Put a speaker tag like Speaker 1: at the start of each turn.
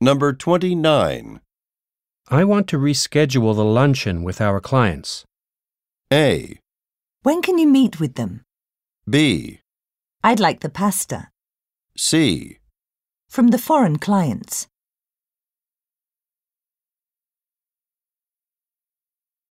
Speaker 1: Number 29.
Speaker 2: I want to reschedule the luncheon with our clients.
Speaker 1: A.
Speaker 3: When can you meet with them?
Speaker 1: B.
Speaker 3: I'd like the pasta.
Speaker 1: C.
Speaker 3: From the foreign clients.